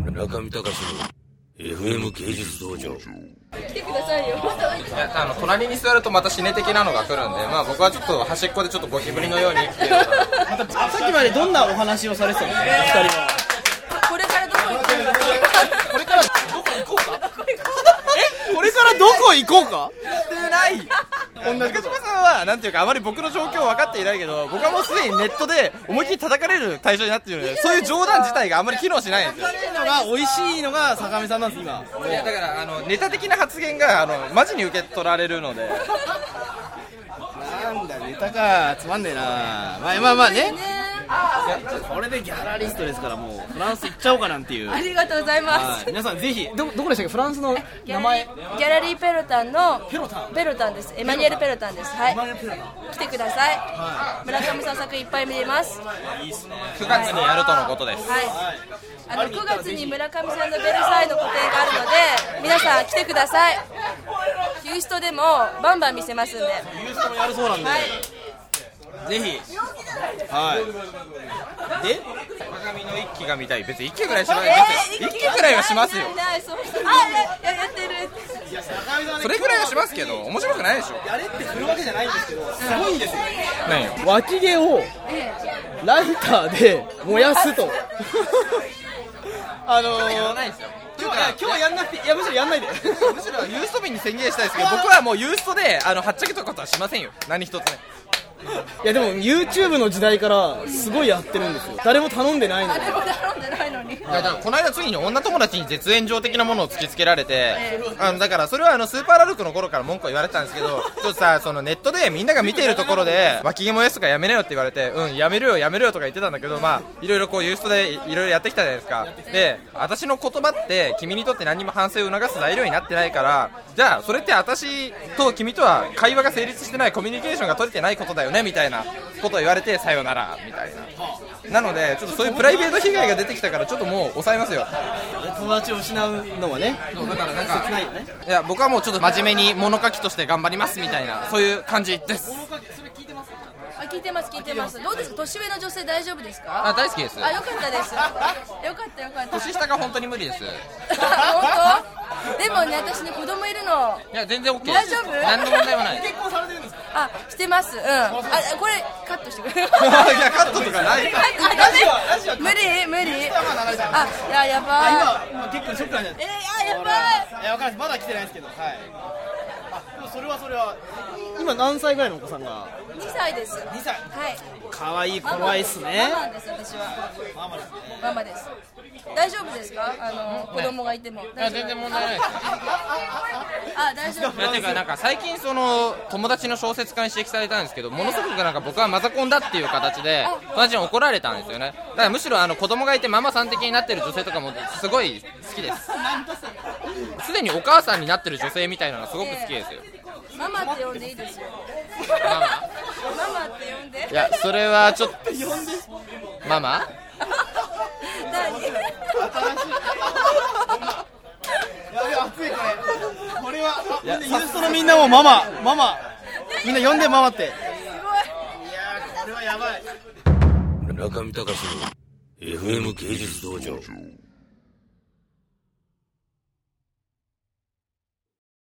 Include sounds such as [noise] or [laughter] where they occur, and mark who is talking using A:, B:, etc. A: 村上隆の FM 芸術道場
B: 来てくださいよ。
C: あの隣に座るとまた死ね的なのが来るんで、まあ、僕はちょっと端っこでちょっとゴキブリのように生きてる
D: さっきまでどんなお話をされてたのお二人は
B: [laughs] これからどこ行くんだ
C: これからどこ行こうか
D: これからどこ行こうか
C: してない中島さんはなんていうかあまり僕の状況を分かっていないけど僕はもうすでにネットで思いっきり叩かれる対象になっているのでそういう冗談自体があまり機能しないんですよ
D: が美味しいのが坂上さんなんです今
C: いやだからあのネタ的な発言があのマジに受け取られるので
D: なんだネタかつまんねえなまあまあまあねこれでギャラリストですからもうフランス行っちゃおうかなんていう
B: ありがとうございま
D: は
B: す
D: い。皆さんぜひどどこでしたっけフランスの
B: ギ
D: 名
B: ャラリ
D: 前
B: ーギャラリーペロタンの
D: ペロタン
B: ペロタンですエマニュエル・ペロタンですはい
D: マネプラだ
B: 来てください、村上さん作品いっぱい見れますは
C: 9月にやるとのことです
B: いあの9月に村上さんの「ベルサイユ」の個展があるので皆さん来てくださいヒューストでもバンバン見せますんで
D: ユーストもやるそうなんで、
B: はい
D: ぜひはいで
C: 坂上の一期が見たい別に一期ぐらいしない
B: えー
C: 一期ぐらいはしますよ
B: ないないそうあややってる
C: それぐらいはしますけど面白くないでしょ
D: やれって振るわけじゃないんですけどすごいんですよ
C: 何よ
D: 脇毛をライターで燃やすとあのー、今日は今日はやんなくていやむしろやんないで
C: むしろユースト民に宣言したいですけど僕はもうユーストであのはっちゃけたことはしませんよ何一つね
D: いやでも YouTube の時代からすごいやってるんですよ誰も頼んでないの
B: 誰も頼んでないのに
C: いやだからこの間ついに女友達に絶縁状的なものを突きつけられて、あのだからそれはあのスーパーラルクの頃から文句を言われてたんですけどちょっとさそのネットでみんなが見ているところで脇毛燃やすとかやめなよって言われてうんやめるよやめるよとか言ってたんだけどまあいろいろこうユーストでいろいろやってきたじゃないですかで私の言葉って君にとって何にも反省を促す材料になってないからじゃあそれって私と君とは会話が成立してないコミュニケーションが取れてないことだよねみたいなことを言われてさよならみたいななので、ちょっとそういうプライベート被害が出てきたから、ちょっともう抑えますよ。
D: 友達を失うのはね
C: だからなん
D: 切
C: か、
D: ないよね
C: いや、僕はもうちょっと真面目に物書きとして頑張りますみたいな、そういう感じです。
B: あ聞いてます聞いてますどうですか年上の女性大丈夫ですか
C: あ、大好きです。
B: あよかったですよかったよかった
C: 年下が本当に無理です。
B: 本当で [laughs] もね私ね子供いるの
C: いや、全然 OK です。
B: 大丈夫
C: 何の問題も [laughs] ない。い
B: あしてますうんあこれカットしてくれ
C: や、カットとかないか
B: あダメ無理無理あいややばい
D: 今今結構ショックなんじゃない
B: えー、あやば
D: いやわかんないまだ来てないですけどはいあでもそれはそれは今何歳ぐらいのお子さんが
B: い2歳です
D: 2歳
B: はい
D: 可愛い子
B: ママ
D: 怖いっすね
B: ママです私はママです大丈夫ですかあの子供がいても
C: や全然問題ないです
B: あ大丈夫
C: いやていうかなんか最近その友達の小説家に指摘されたんですけどものすごくなんか僕はマザコンだっていう形で友達に怒られたんですよねだからむしろあの子供がいてママさん的になってる女性とかもすごい好きですすでにお母さんになってる女性みたいなのがすごく好きですよ
B: ママって呼んでいいですよ
C: ママ
B: ママって呼んで
C: いやそれはちょっとママ
B: 何
D: やべ熱いこれこれはユーストのみんなもママママみんな呼んでママって
A: 村上隆の FM 芸術道場